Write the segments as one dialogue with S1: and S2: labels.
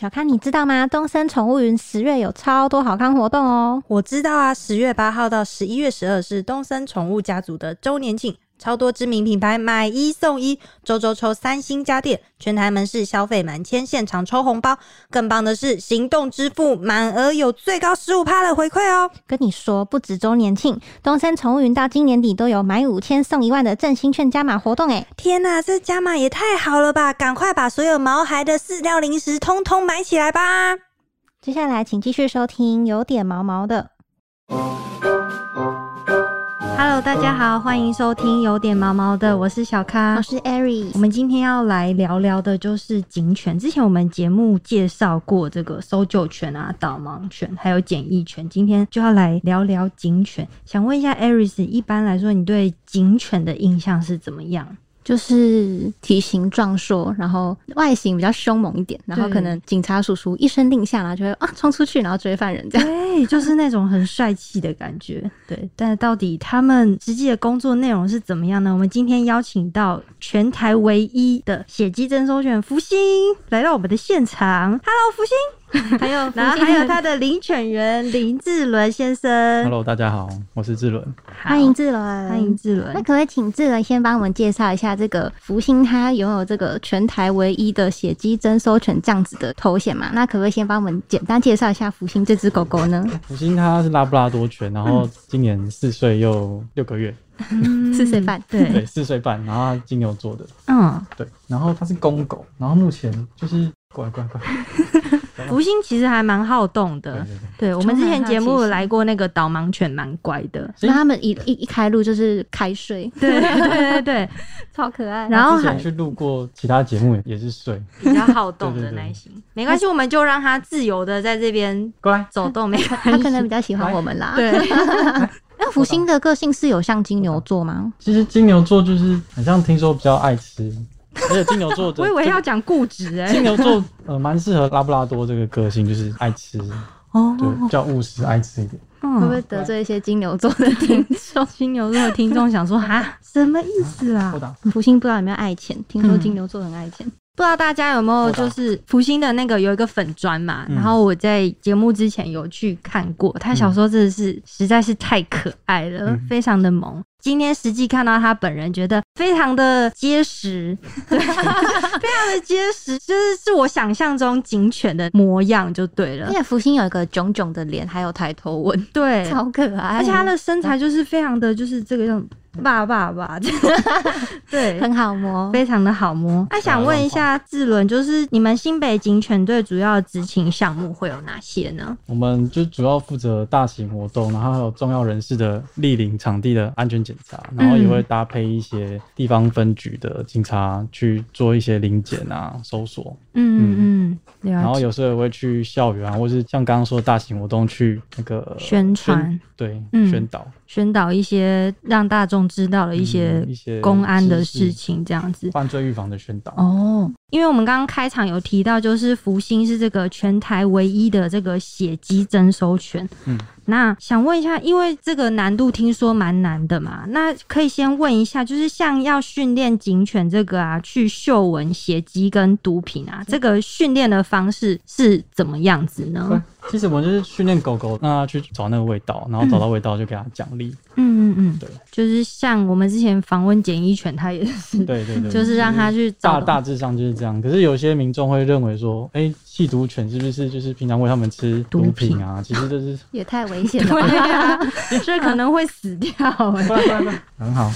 S1: 小康，你知道吗？东森宠物云十月有超多好康活动哦！
S2: 我知道啊，十月八号到十一月十二是东森宠物家族的周年庆，超多知名品牌买一送一，周周抽三星家电，全台门市消费满千现场抽红包，更棒的是行动支付满额有最高十五趴的回馈哦！
S1: 跟你说，不止周年庆，东森宠物云到今年底都有买五千送一万的振兴券加码活动哎！
S2: 天呐、这加码也太好了吧！赶快把所有毛孩的饲料零食通通买起来吧！
S1: 接下来请继续收听，有点毛毛的。
S2: Hello，大家好，欢迎收听有点毛毛的，我是小
S3: 啊
S2: 咖，
S1: 我是 Aries，
S2: 我们今天要来聊聊的就是警犬。之前我们节目介绍过这个搜救犬啊、导盲犬，还有检疫犬。今天就要来聊聊警犬。想问一下，Aris，一般来说，你对警犬的印象是怎么样？
S3: 就是体型壮硕，然后外形比较凶猛一点，然后可能警察叔叔一声令下，然后就会啊冲出去，然后追犯人这样。
S2: 对，就是那种很帅气的感觉。对，但到底他们实际的工作内容是怎么样呢？我们今天邀请到全台唯一的血迹征收犬福星来到我们的现场。Hello，福星。
S3: 还有，
S2: 然后还有他的领犬员林志伦先 生，
S4: Hello，大家好，我是志伦。
S1: 欢迎志伦，
S2: 欢迎。志
S1: 那
S2: 伦
S1: 可。不可以请志伦先帮我们介绍一下这个福星，它拥有这个全台唯一的血迹征收犬这样子的头衔嘛？那可不可以先帮我们简单介绍一下福星这只狗狗呢？
S4: 福星它是拉布拉多犬，然后今年四岁又六个月，
S3: 四岁半，
S4: 对，
S2: 对，
S4: 四岁半，然后它金牛座的，
S2: 嗯，
S4: 对，然后它是公狗，然后目前就是乖乖乖，
S2: 福星其实还蛮好动
S4: 对
S2: 的
S4: 对。对，
S2: 对我们之前节
S3: 充满好
S2: 目
S3: 奇心
S2: 来过那个导盲犬，蛮乖 的。
S3: 那他们一一一开路就是开睡，
S2: 对对对对，
S3: 超可爱。
S2: 然后
S4: 之
S2: 还
S4: 前去录过其他节目也也是睡，
S2: 比较好动的
S4: 对对对
S2: 耐心，没关系，我们就让它自由的在这边
S4: 乖，
S2: 走动，没关
S3: 他
S1: 它可能比较喜欢我们啦。对。那福星的个性是有像金牛座吗？
S4: 其实金牛座就是很像听说比较爱吃，而且金牛座 的，
S2: 我以为要讲固执哎。
S4: 金牛座呃蛮适合拉布拉多这个个性，就是爱吃，
S2: 哦，
S4: 对，比较务实，爱吃一点。
S3: 会不会
S2: 嗯，
S3: 得罪一些金牛座的 听众？
S2: 金牛座的听众想 说哈，什么意思啊
S4: 扣？打
S3: 福星不知道有没有爱钱？听说金牛座很爱钱，
S2: 不知道大家有没有
S4: 我懂
S2: 就是福星的那个有一个粉砖嘛，
S4: 嗯
S2: 然后我在节目之前有去看过，他小时候真的是实在是太可爱了，
S4: 嗯
S2: 非常的萌。今天实际看到他本人，觉得非常的结 实，对，非常的结实，就是是我想象中警犬的模样就对了
S3: 而，且福星有一个炯炯的脸，还有抬头纹，
S2: 对，
S3: 超可爱。
S2: 而且他的身材就是非常的就是这个样，爸爸爸， 对，
S3: 很好摸，
S2: 非常的好摸。那、想问一下志伦，就是你们新北警犬队主要的执勤项目会有哪些呢？
S4: 我们就主要负责大型活动，然后还有重要人士的莅临场地的安全检查，然后也会搭配一些地方分局的警察去做一些临检啊、搜索，
S2: 嗯嗯嗯，
S4: 然
S2: 了
S4: 后
S2: 解。
S4: 有时候也会去校园啊，或是像刚刚说的大型活动去那个
S2: 宣传，
S4: 对，
S2: 嗯
S4: 宣导
S2: 宣导一些让大众知道的一些
S4: 嗯一些
S2: 公安的
S4: 知识
S2: 事情，这样子。
S4: 犯罪预防的宣导。
S2: 哦，因为我们刚刚开场有提到，就是福星是这个全台唯一的这个血迹征收权。
S4: 嗯，
S2: 那想问一下，因为这个难度听说蛮难的嘛，那可以先问一下，就是像要训练警犬这个啊，去嗅闻血迹跟毒品
S4: 嗯
S2: 啊，这个训练的方式是怎么样子呢？
S4: 其实我们就是训练狗狗，让它去找那个味道，然后找到味道就给它奖励。
S2: 嗯嗯嗯，
S4: 对，
S2: 就是像我们之前访问检疫犬，它也是，
S4: 对对
S2: 嗯
S4: 对，
S2: 就是让它去找
S4: 大大致上就是这样。可是有些民众会认为说，哎、吸毒犬是不是就是平常喂他们吃毒品啊？其实这是
S3: 也太危险了
S2: 对
S3: 吧。
S2: 啊， 这可能会死掉、欸。
S4: 不然不然不然 很好。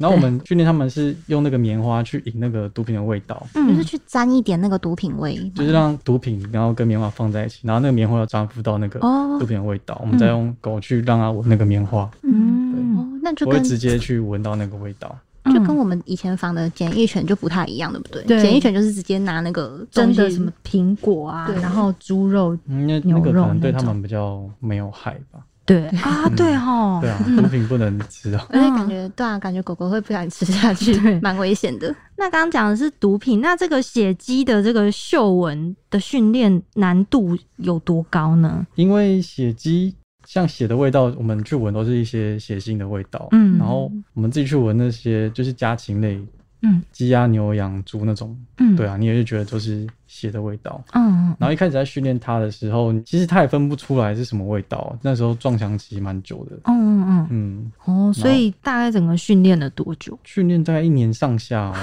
S4: 然后我们训练他们是用那个棉花去引那个毒品的味道，
S1: 就是去沾一点那个毒品味。
S4: 就是让毒品然后跟棉花放在一起，然后那个棉花要粘附到那个
S3: 哦
S4: 毒品的味道，我们再用狗去让它闻那个棉花，
S2: 嗯，
S3: 哦，那就
S4: 不
S3: 跟
S4: 会直接去闻到那个味道。
S2: 嗯
S3: 就跟我们以前防的检疫犬就不太一样，对不对？
S2: 对
S3: 检疫犬就是直接拿那个
S2: 真
S3: 东
S2: 的
S3: 西
S2: 什么苹果啊，
S3: 对
S2: 然后猪肉，
S4: 嗯因为
S2: 牛
S4: 那个可
S2: 肉
S4: 能对
S2: 那
S4: 他
S2: 种
S4: 们比较没有害吧？
S2: 对啊，对哈
S4: 对，啊，毒品不能吃啊。
S3: 而
S2: 嗯
S1: 哎
S3: 且感觉对啊，感觉狗狗会不小心吃 下去，蛮危险的。
S2: 那刚刚讲的是毒品，那这个血迹的这个嗅闻的训练难度有多高呢？
S4: 因为血迹像血的味道，我们去闻都是一些血腥的味道，
S2: 嗯
S4: 然后我们自己去闻那些就是家禽类
S2: 嗯
S4: 鸡鸭牛羊猪那种，
S2: 嗯，
S4: 对，啊，你也是觉得都是血的味道。
S2: 嗯
S4: 然后一开始在训练它的时候，其实它也分不出来是什么味道，那时候撞墙期蛮久的
S2: 嗯，嗯嗯，
S4: 嗯，
S2: 哦，所以大概整个训练了多久？
S4: 训练大概一年上下、哦，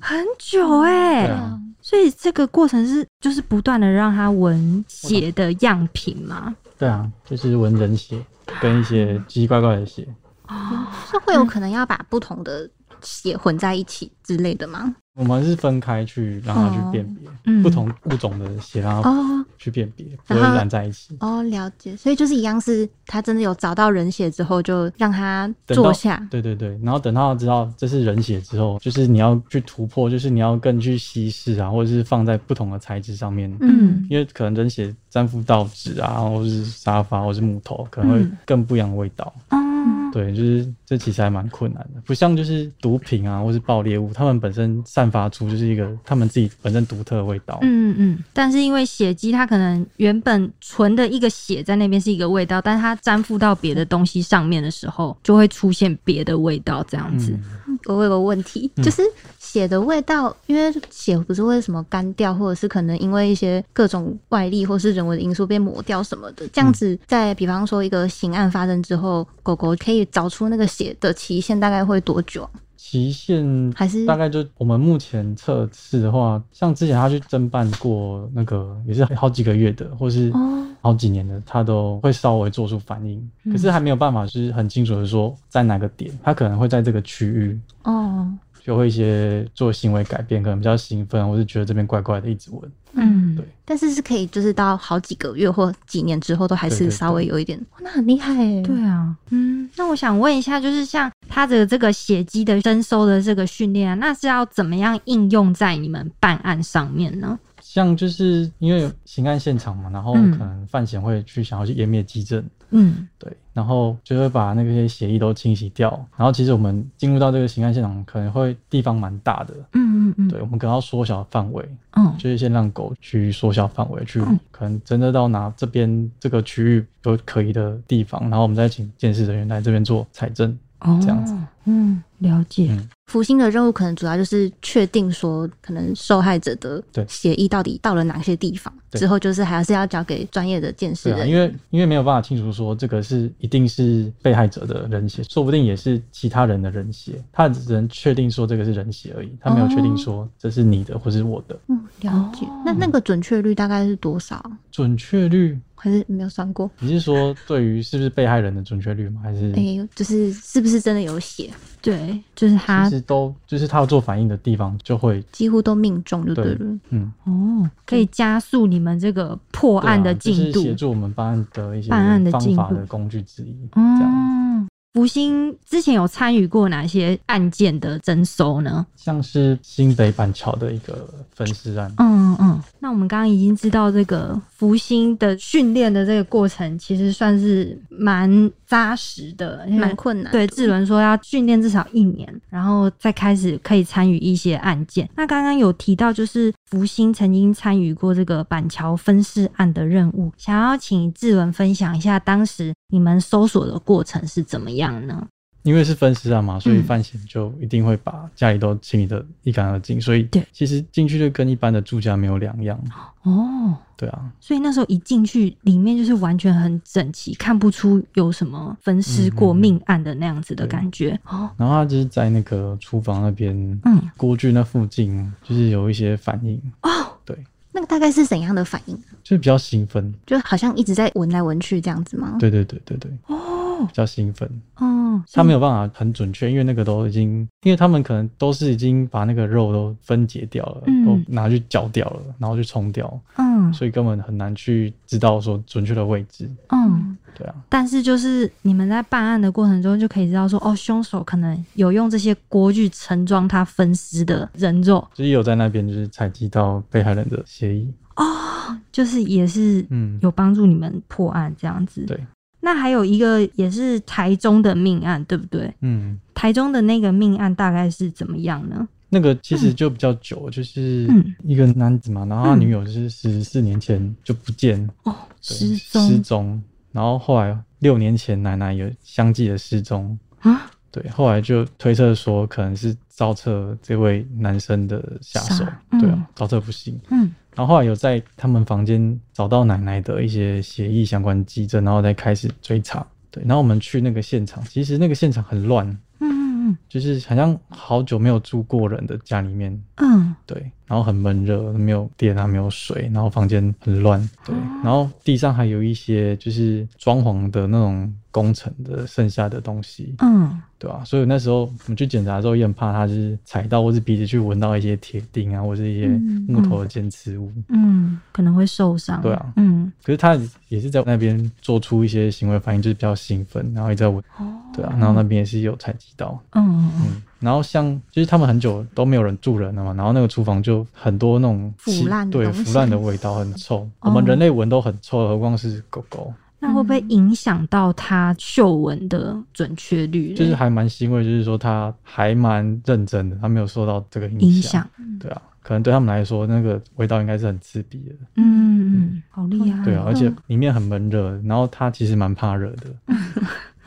S2: 很久哎、
S4: 对啊，
S2: 所以这个过程是就是不断的让他闻血的样品嘛。
S4: 对啊，就是闻人血跟一些
S2: 嗯
S4: 奇奇怪怪的血。
S1: 是会有可能要把不同的血混在一起之类的吗？
S4: 我们是分开去让它去辨别、
S2: 嗯
S4: 不同物种的血，让它
S1: 哦
S4: 去辨别，不
S1: 然
S4: 会
S1: 后
S4: 染在一起。
S1: 哦，了解。所以就是一样是，他真的有找到人血之后，就让他
S4: 等
S1: 坐
S4: 到
S1: 下。
S4: 对对对，然后等到知道这是人血之后，就是你要去突破，就是你要更去稀释啊，或者是放在不同的材质上面，
S2: 嗯
S4: 因为可能人血沾附到纸啊，或是沙发，或是木头，可能会更不一样的味道。
S2: 嗯
S4: 对，就是这其实还蛮困难的，不像就是毒品啊，或是爆裂物，它们本身散发出就是一个他们自己本身独特的味道。
S2: 嗯嗯，但是因为血迹，它可能原本存的一个血在那边是一个味道，但它粘附到别的东西上面的时候，就会出现别的味道这样子。
S1: 我有个问题，就是血的味道，因为血不是为什么干掉，或者是可能因为一些各种外力或是人为的因素被抹掉什么的，这样子在比方说一个刑案发生之后，狗狗可以找出那个血的期限大概会多久啊？
S4: 期限
S1: 还是
S4: 大概就我们目前测试的话，像之前他去侦办过那个也是好几个月的，或是
S1: 哦
S4: 好几年的，他都会稍微做出反应，
S1: 嗯
S4: 可是还没有办法是很清楚的说在哪个点，他可能会在这个区域
S1: 哦，
S4: 就会一些做行为改变，可能比较兴奋，或是觉得这边怪怪的，一直闻。
S2: 嗯，
S4: 对
S1: 但是是可以，就是到好几个月或几年之后，都还
S4: 对对
S1: 是
S4: 对
S1: 稍微有一点，哇那很厉害耶。
S2: 对啊，嗯，那我想问一下，就是像它的这个血迹的征收的这个训练啊，那是要怎么样应用在你们办案上面呢？
S4: 像就是因为有刑案现场嘛，然后
S2: 嗯
S4: 可能犯嫌会去想要去湮灭基证，
S2: 嗯
S4: 对，然后就会把那些血液都清洗掉。然后其实我们进入到这个刑案现场，可能会地方蛮大的，
S2: 嗯嗯嗯，
S4: 对，我们可能要缩小范围，
S2: 嗯
S4: 就是先让狗去缩小范围，去可能真的到拿这边这个区域有可疑的地方，然后我们再请监视人员来这边做采证。
S2: 哦
S4: 这样子，
S2: 嗯，了解，
S4: 嗯
S1: 福星的任务可能主要就是确定说，可能受害者的
S4: 对
S1: 协议到底到了哪些地方，
S4: 对
S1: 之后就是还是要交给专业的鉴识
S4: 对
S1: 人
S4: 啊，因为因为没有办法清楚说这个是一定是被害者的人血，说不定也是其他人的人血，他只能确定说这个是人血而已，他没有确定说这是你的或是我的。
S1: 嗯，了解。
S4: 哦
S1: 那那个准确率大概是多少？
S4: 准确率，
S1: 还是没有算过？
S4: 你是说对于是不是被害人的准确率吗？还是
S1: 哎、就是是不是真的有血？
S2: 嗯对，就是它
S4: 其实都就是他要做反应的地方就会
S1: 几乎都命中就对了。
S4: 嗯
S2: 哦，可以加速你们这个破
S4: 对啊
S2: 案的进
S4: 就
S2: 度
S4: 是协助我们办案的一些
S2: 办案的
S4: 方
S2: 进
S4: 法
S2: 度
S4: 的工具之一。这样
S2: 哦。福星之前有参与过哪些案件的征收呢？
S4: 像是新北板桥的一个分尸案，
S2: 嗯嗯，那我们刚刚已经知道这个福星的训练的这个过程，其实算是蛮扎实的，因为
S4: 嗯
S1: 蛮困难的
S2: 对，志伦说要训练至少一年，然后再开始可以参与一些案件。那刚刚有提到，就是福星曾经参与过这个板桥分尸案的任务，想要请志伦分享一下当时你们搜索的过程是怎么样呢？
S4: 因为是分尸案嘛，所以
S2: 嗯
S4: 范闲就一定会把家里都清理的一干二净，所以
S2: 对
S4: 其实进去就跟一般的住家没有两样，
S2: 哦，
S4: 对啊，
S2: 所以那时候一进去，里面就是完全很整齐，看不出有什么分尸过
S4: 嗯嗯嗯
S2: 命案的那样子的感觉。哦，
S4: 然后他就是在那个厨房那边，
S2: 嗯，
S4: 锅具那附近就是有一些反应，
S2: 哦
S1: 那个大概是怎样的反应？
S4: 就是比较兴奋，
S1: 就好像一直在闻来闻去这样子吗？
S4: 对啊对对对对，哦，比较兴奋，
S2: 嗯，
S4: 他没有办法很准确，因为那个都已经，因为他们可能都是已经把那个肉都分解掉了，
S2: 嗯
S4: 都拿去搅掉了，然后去冲掉，
S2: 嗯
S4: 所以根本很难去知道说准确的位置，
S2: 嗯，
S4: 对啊。
S2: 但是就是你们在办案的过程中就可以知道说，哦，凶手可能有用这些锅具盛装他分尸的人肉，
S4: 就是有在那边就是采集到被害人的协议，
S2: 就是也是
S4: 嗯，
S2: 有帮助你们破案这样子。
S4: 对，
S2: 那还有一个也是台中的命案，对不对？
S4: 嗯，
S2: 台中的那个命案大概是怎么样呢？
S4: 那个其实就比较久，就是
S2: 嗯
S4: 一个男子嘛，然后他
S2: 嗯
S4: 女友是十四年前就不见，
S2: 哦，
S4: 对
S2: 失
S4: 失
S2: 踪
S4: 踪，然后后来六年前奶奶也相继的失踪，
S2: 啊，
S4: 对，后来就推测说可能是造册这位男生的下手
S2: 杀，
S4: 对
S2: 嗯
S4: 啊，造册不行。
S2: 嗯，
S4: 然后后来有在他们房间找到奶奶的一些协议相关记证，然后再开始追查。对，然后我们去那个现场，其实那个现场很乱，
S2: 嗯
S4: 就是好像好久没有住过人的家里面，
S2: 嗯嗯
S4: 对，然后很闷热，没有电啊，没有水，然后房间很乱，对，然后地上还有一些就是装潢的那种工程的剩下的东西，
S2: 嗯
S4: 对吧、所以那时候我们去检查的时候也很怕它就是踩到或是鼻子去闻到一些铁钉啊，或是一些木头的尖刺物，
S2: 嗯，可能会受伤。
S4: 对啊
S2: 嗯
S4: 可是他也是在那边做出一些行为反应，就是比较兴奋，然后一直在闻，对啊，然后那边也是有采集到，
S2: 嗯哦嗯
S4: 嗯，然后像就是他们很久都没有人住人了嘛，然后那个厨房就很多那种
S1: 腐
S4: 气
S1: 烂的
S4: 对
S1: 东西
S4: 腐烂的味道很臭， 我们人类闻都很臭，何况是狗狗，
S2: 那会不会影响到它嗅闻的准确率嘞？
S4: 就是还蛮欣慰，就是说它还蛮认真的，它没有受到这个影响，
S2: 影响。
S4: 对啊，可能对他们来说那个味道应该是很刺鼻的，
S2: 嗯嗯，好厉害。
S4: 对啊，而且里面很闷热，然后它其实蛮怕热 的，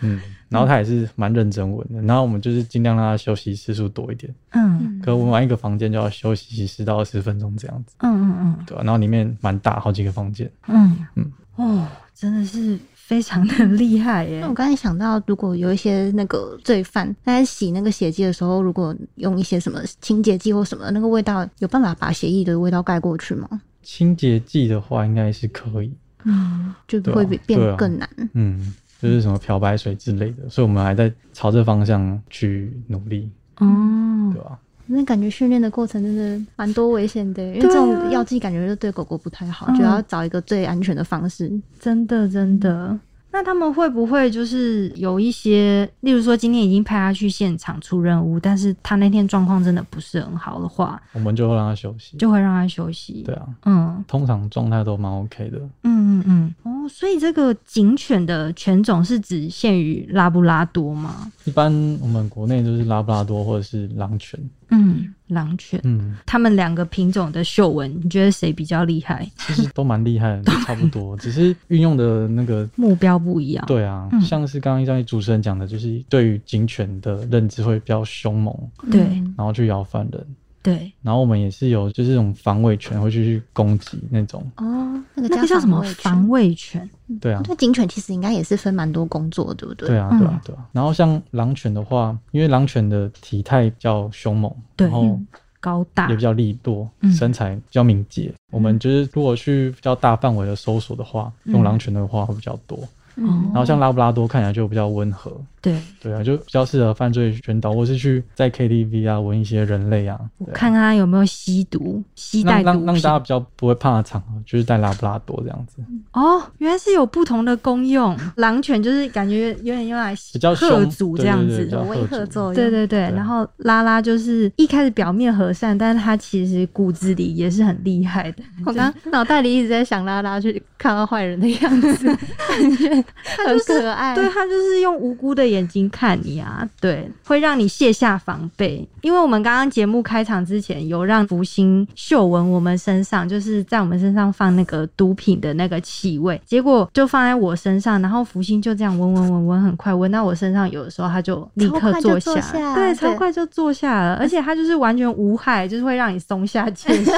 S4: 嗯，然后它也是蛮认真闻的，然后我们就是尽量让它休息次数多一点，
S2: 嗯
S4: 可我们玩一个房间就要休息十到二十分钟这样子。
S2: 嗯嗯
S4: 对啊，然后里面蛮大，好几个房间。
S2: 嗯嗯
S4: 嗯，
S2: 哦，真的是非常的厉害耶
S1: 那。我刚才想到，如果有一些那个罪犯他在洗那个血迹的时候，如果用一些什么清洁剂或什么的，那个味道有办法把血液的味道盖过去吗？
S4: 清洁剂的话，应该是可以，
S2: 嗯
S1: 就
S4: 对啊
S1: 会比变
S4: 对
S1: 得
S4: 啊
S1: 更难。
S4: 嗯，就是什么漂白水之类的，所以我们还在朝这方向去努力，
S2: 哦
S4: 对，吧、
S1: 那感觉训练的过程真的蛮多危险的，因为
S2: 对啊
S1: 这种药剂感觉就对狗狗不太好，
S2: 嗯
S1: 就要找一个最安全的方式。
S2: 真的真的。那他们会不会就是有一些，例如说今天已经派他去现场出任务，但是他那天状况真的不是很好的话，
S4: 我们就会让它休息。
S2: 就会让他休息。
S4: 对啊，
S2: 嗯
S4: 通常状态都蛮 OK 的。
S2: 嗯嗯嗯。哦，所以这个警犬的犬种是只限于拉布拉多吗？
S4: 一般我们国内就是拉布拉多或者是狼犬，
S2: 嗯，狼犬。
S4: 嗯，
S2: 他们两个品种的嗅闻，你觉得谁比较厉害？
S4: 其实都蛮厉害的，都差不多，只是运用的那个。
S2: 目标不一样。
S4: 对啊，
S2: 嗯
S4: 像是刚刚一张主持人讲的，就是对于警犬的认知会比较凶猛，
S2: 对
S1: 嗯
S4: 然后去咬犯人。
S2: 对，
S4: 然后我们也是有就是这种防卫犬会去攻击那种，
S1: 哦，那个
S2: 那个叫什么防
S1: 防？
S2: 卫犬？
S4: 对啊，
S1: 那警犬其实应该也是分蛮多工作，对不对？
S4: 对啊，
S2: 嗯
S4: 对啊，对啊。然后像狼犬的话，因为狼犬的体态比较凶猛，
S2: 对
S4: 然后
S2: 高大
S4: 哦也。比较利落
S2: 嗯，
S4: 身材比较敏捷。我们就是如果去比较大范围的搜索的话，
S2: 嗯
S4: 用狼犬的话会比较多。
S2: 哦
S1: 嗯
S4: 然后像拉布拉多看起来就比较温和，
S2: 对，
S4: 对啊，就比较适合犯罪宣导，或是去在 KTV 啊闻一些人类啊，
S2: 我
S4: 对啊
S2: 看看他有没有吸毒，吸带
S4: 让
S2: 毒
S4: 让让
S2: 品。
S4: 大家比较不会怕的场合，就是带拉布拉多这样子。
S2: 哦，原来是有不同的功用。狼犬就是感觉有点用来
S4: 比较
S2: 吓
S4: 凶
S2: 阻
S4: 对
S2: 这样
S4: 对对
S2: 子。
S4: 比较
S1: 威
S4: 吓
S1: 吓
S4: 阻
S1: 作用。
S2: 对对对，然后拉拉就是一开始表面和善，但是他其实骨子里也是很厉害的。
S1: 我刚脑袋里一直在想拉拉去看到坏人的样子， 感觉很可爱。
S2: 对啊他就是用无辜的眼睛看你啊，对，会让你卸下防备。因为我们刚刚节目开场之前有让福星嗅闻我们身上，就是在我们身上放那个毒品的那个气味，结果就放在我身上，然后福星就这样闻闻闻闻，很快闻到我身上，有的时候他就立刻坐
S1: 超快就
S2: 下，
S1: 坐下
S2: 对，
S1: 对嗯
S2: 超快就坐下了，而且他就是完全无害，就是会让你松下戒 心，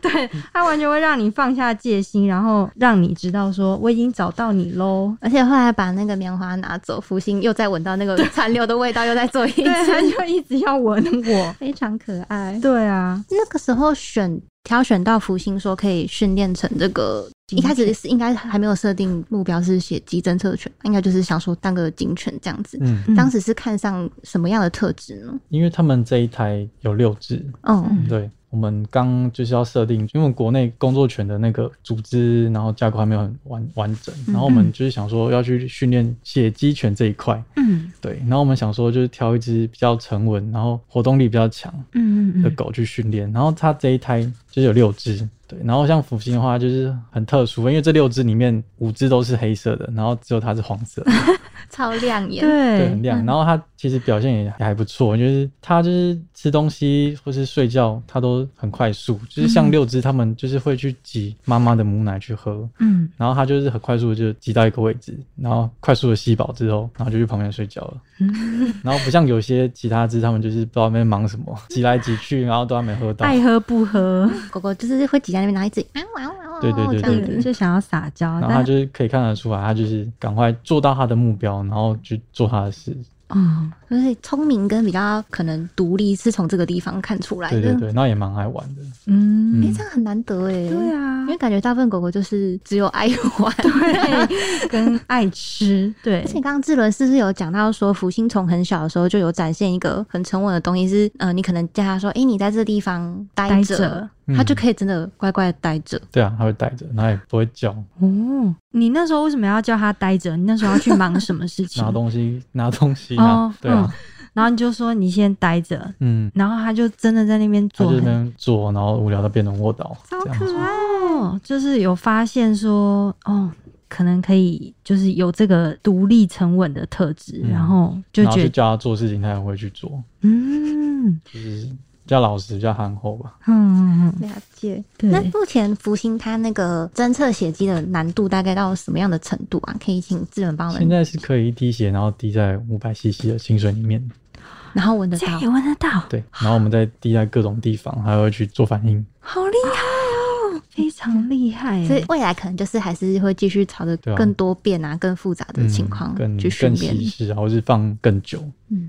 S2: 对他完全会让你放下戒心，然后让你知道说我已经找到你喽。
S1: 而且后来把那个棉花拿走，福星又再闻到那个残留的味道，又再做一
S2: 对，啊他
S1: 次，。
S2: 就一直要闻我
S1: 非常可爱。
S2: 对啊，
S1: 那个时候选挑选到福星说可以训练成这个，
S2: 警
S1: 一
S2: 犬
S1: 开始是应该还没有设定目标是写急侦测犬，应该就是想说当个警犬这样子。
S4: 嗯，
S2: 嗯
S1: 当时是看上什么样的特质呢？
S4: 因为他们这一台有六只，
S1: 嗯，
S4: 对，我们刚就是要设定，因为我们国内工作犬的那个组织，然后架构还没有很完完整，
S2: 嗯
S4: 然后我们就是想说要去训练血鸡犬这一块，
S2: 嗯
S4: 对，然后我们想说就是挑一只比较沉稳，然后活动力比较强
S2: 嗯嗯
S4: 的狗去训练，然后它这一胎就是有六只，对，然后像福星的话就是很特殊，因为这六只里面五只都是黑色的，然后只有它是黄色的，
S1: 超亮眼。
S4: 对，
S2: 对
S4: 很，亮。然后它其实表现也还不错，就是它就是吃东西或是睡觉，它都很快速。就是像六只，它们就是会去挤妈妈的母奶去喝，
S2: 嗯，
S4: 然后它就是很快速地就挤到一个位置，然后快速的吸饱之后，然后就去旁边睡觉了。然后不像有些其他只，它们就是不知道在那边忙什么， 挤来挤去，然后都还没喝到。
S2: 爱喝不喝，
S1: 狗狗就是会挤在那边，然后一直啊哇哇哇，
S4: 对对对
S1: 这样
S4: 对
S1: 子
S4: 对。
S2: 就想要撒娇，
S4: 然后
S2: 但
S4: 它就是可以看得出来，它就是赶快做到它的目标，然后去做它的事。
S2: 哦，
S1: 所以聪明跟比较可能独立是从这个地方看出来的。
S4: 对对对，然后也蛮爱玩的。
S2: 嗯，
S1: 哎、
S4: 嗯
S1: 这样很难得哎。
S2: 对啊
S1: 因，为感觉大部分狗狗就是只有爱玩。
S2: 对，跟爱吃，对
S1: 而，且刚刚志伦是不是有讲到说，福星从很小的时候就有展现一个很沉稳的东西是，呃，你可能叫他说，哎、你在这地方待
S2: 待
S1: 着
S2: 着，
S1: 他
S4: 嗯
S1: 就可以真的乖乖地待着。
S4: 对啊，它会带着，然后也不会叫。
S2: 哦，你那时候为什么要叫他待着？你那时候要去忙什么事情
S4: 拿？东西，拿东西，
S2: 哦
S4: 拿对啊，
S2: 然后你就说你先待着，
S4: 嗯，
S2: 然后他就真的在那边
S4: 他
S2: 做
S4: 就在那
S2: 很
S4: 边坐，然后无聊到变成卧倒，这样子，
S2: 哦，就是有发现说，哦，可能可以，就是有这个独立沉稳的特质，
S4: 嗯
S2: 然后就
S4: 然后
S2: 觉
S4: 就
S2: 得，
S4: 叫他做事情，他也会去做，
S2: 嗯
S4: 就是比较老实，比较憨厚吧。
S2: 嗯嗯，嗯
S1: 了解。
S2: 对
S1: 那目前福星它那个侦测血迹的难度大概到什么样的程度啊？可以请志伦帮我
S4: 现
S1: 们，
S4: 在是可以一滴血，然后滴在五百 CC 的清水里面，
S1: 然后闻得
S2: 这
S1: 到
S2: 样也。闻得到，
S4: 对，然后我们再滴在各种地方，还会去做反应，
S2: 好厉害哦，非常厉害哦耶，
S1: 所以未来可能就是还是会继续朝着
S4: 对啊
S1: 更多变啊、更复杂的
S4: 嗯
S1: 情况
S4: 更
S1: 去训
S4: 更
S1: 练。
S4: 细致，然后是放更久，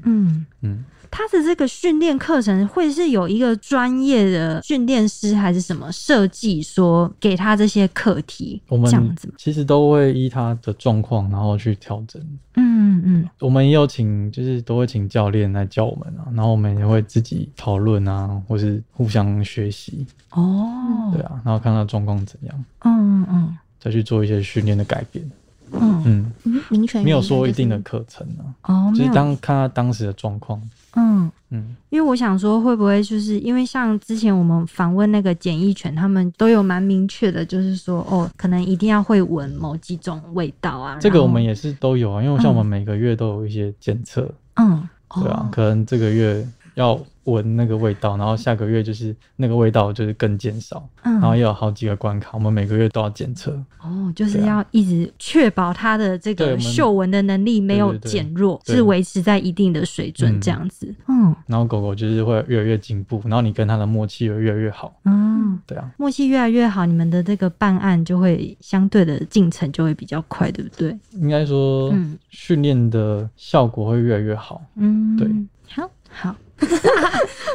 S2: 嗯。
S4: 嗯，
S2: 他的这个训练课程会是有一个专业的训练师还是什么设计，说给他这些课题，
S4: 我们
S2: 这样子吗？
S4: 其实都会依他的状况，然后去调整。
S2: 嗯嗯
S4: 我们也有请，就是都会请教练来教我们啊，然后我们也会自己讨论啊，或是互相学习，
S2: 哦，
S4: 对啊，然后看他状况怎样，
S2: 嗯嗯
S4: 再去做一些训练的改变。
S2: 嗯嗯，
S4: 嗯，
S1: 嗯，民权
S4: 没有
S1: 原因
S4: 说一定的
S1: 就是
S4: 课程啊，
S2: 哦，没
S4: 就是
S2: 有，
S4: 当看他当时的状况。
S2: 嗯。
S4: 嗯，
S2: 因为我想说，会不会就是因为像之前我们访问那个检疫犬，他们都有蛮明确的，就是说哦，可能一定要会闻某几种味道啊。
S4: 这个
S2: 然后
S4: 我们也是都有啊，因为像
S2: 嗯
S4: 我们每个月都有一些检测，
S2: 嗯，哦
S4: 对啊，可能这个月要闻那个味道，然后下个月就是那个味道就是更减少，
S2: 嗯，
S4: 然后也有好几个关卡，我们每个月都要检测。
S2: 哦，就是
S4: 对啊
S2: 要一直确保它的这
S4: 对我
S2: 个
S4: 们
S2: 嗅闻的能力没有
S4: 对对对
S2: 减弱，
S4: 对
S2: 是维持在一定的水准
S4: 嗯
S2: 这样子。嗯
S4: 然后狗狗就是会越来越进步，然后你跟它的默契会越来越好，
S2: 嗯，
S4: 对啊，
S2: 默契越来越好，你们的这个办案就会相对的进程就会比较快，对不对？
S4: 应该说
S2: 嗯
S4: 训练的效果会越来越好。
S2: 嗯，
S4: 对。
S1: 好，
S2: 好，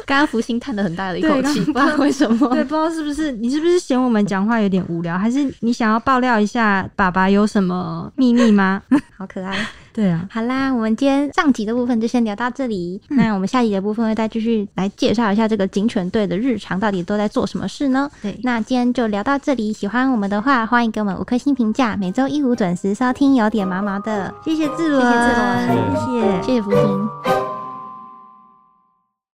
S1: 刚刚福星叹了很大的一口
S2: 对
S1: 气，
S2: 刚
S1: 不知 道为什么。
S2: 对，不知道是不是你是不是嫌我们讲话有点无聊，还是你想要爆料一下爸爸有什么秘密吗？
S1: 好可爱。
S2: 对啊，
S1: 好啦，我们今天上集的部分就先聊到这里。那我们下集的部分会再继续来介绍一下这个警犬队的日常到底都在做什么事呢？
S2: 对
S1: 那今天就聊到这里。喜欢我们的话，欢迎给我们五颗星评价。每周一五准时收听，有点毛毛的，
S2: 谢谢志
S1: 谢
S2: 伦，
S1: 谢志伦
S2: 谢谢
S1: 谢谢福星。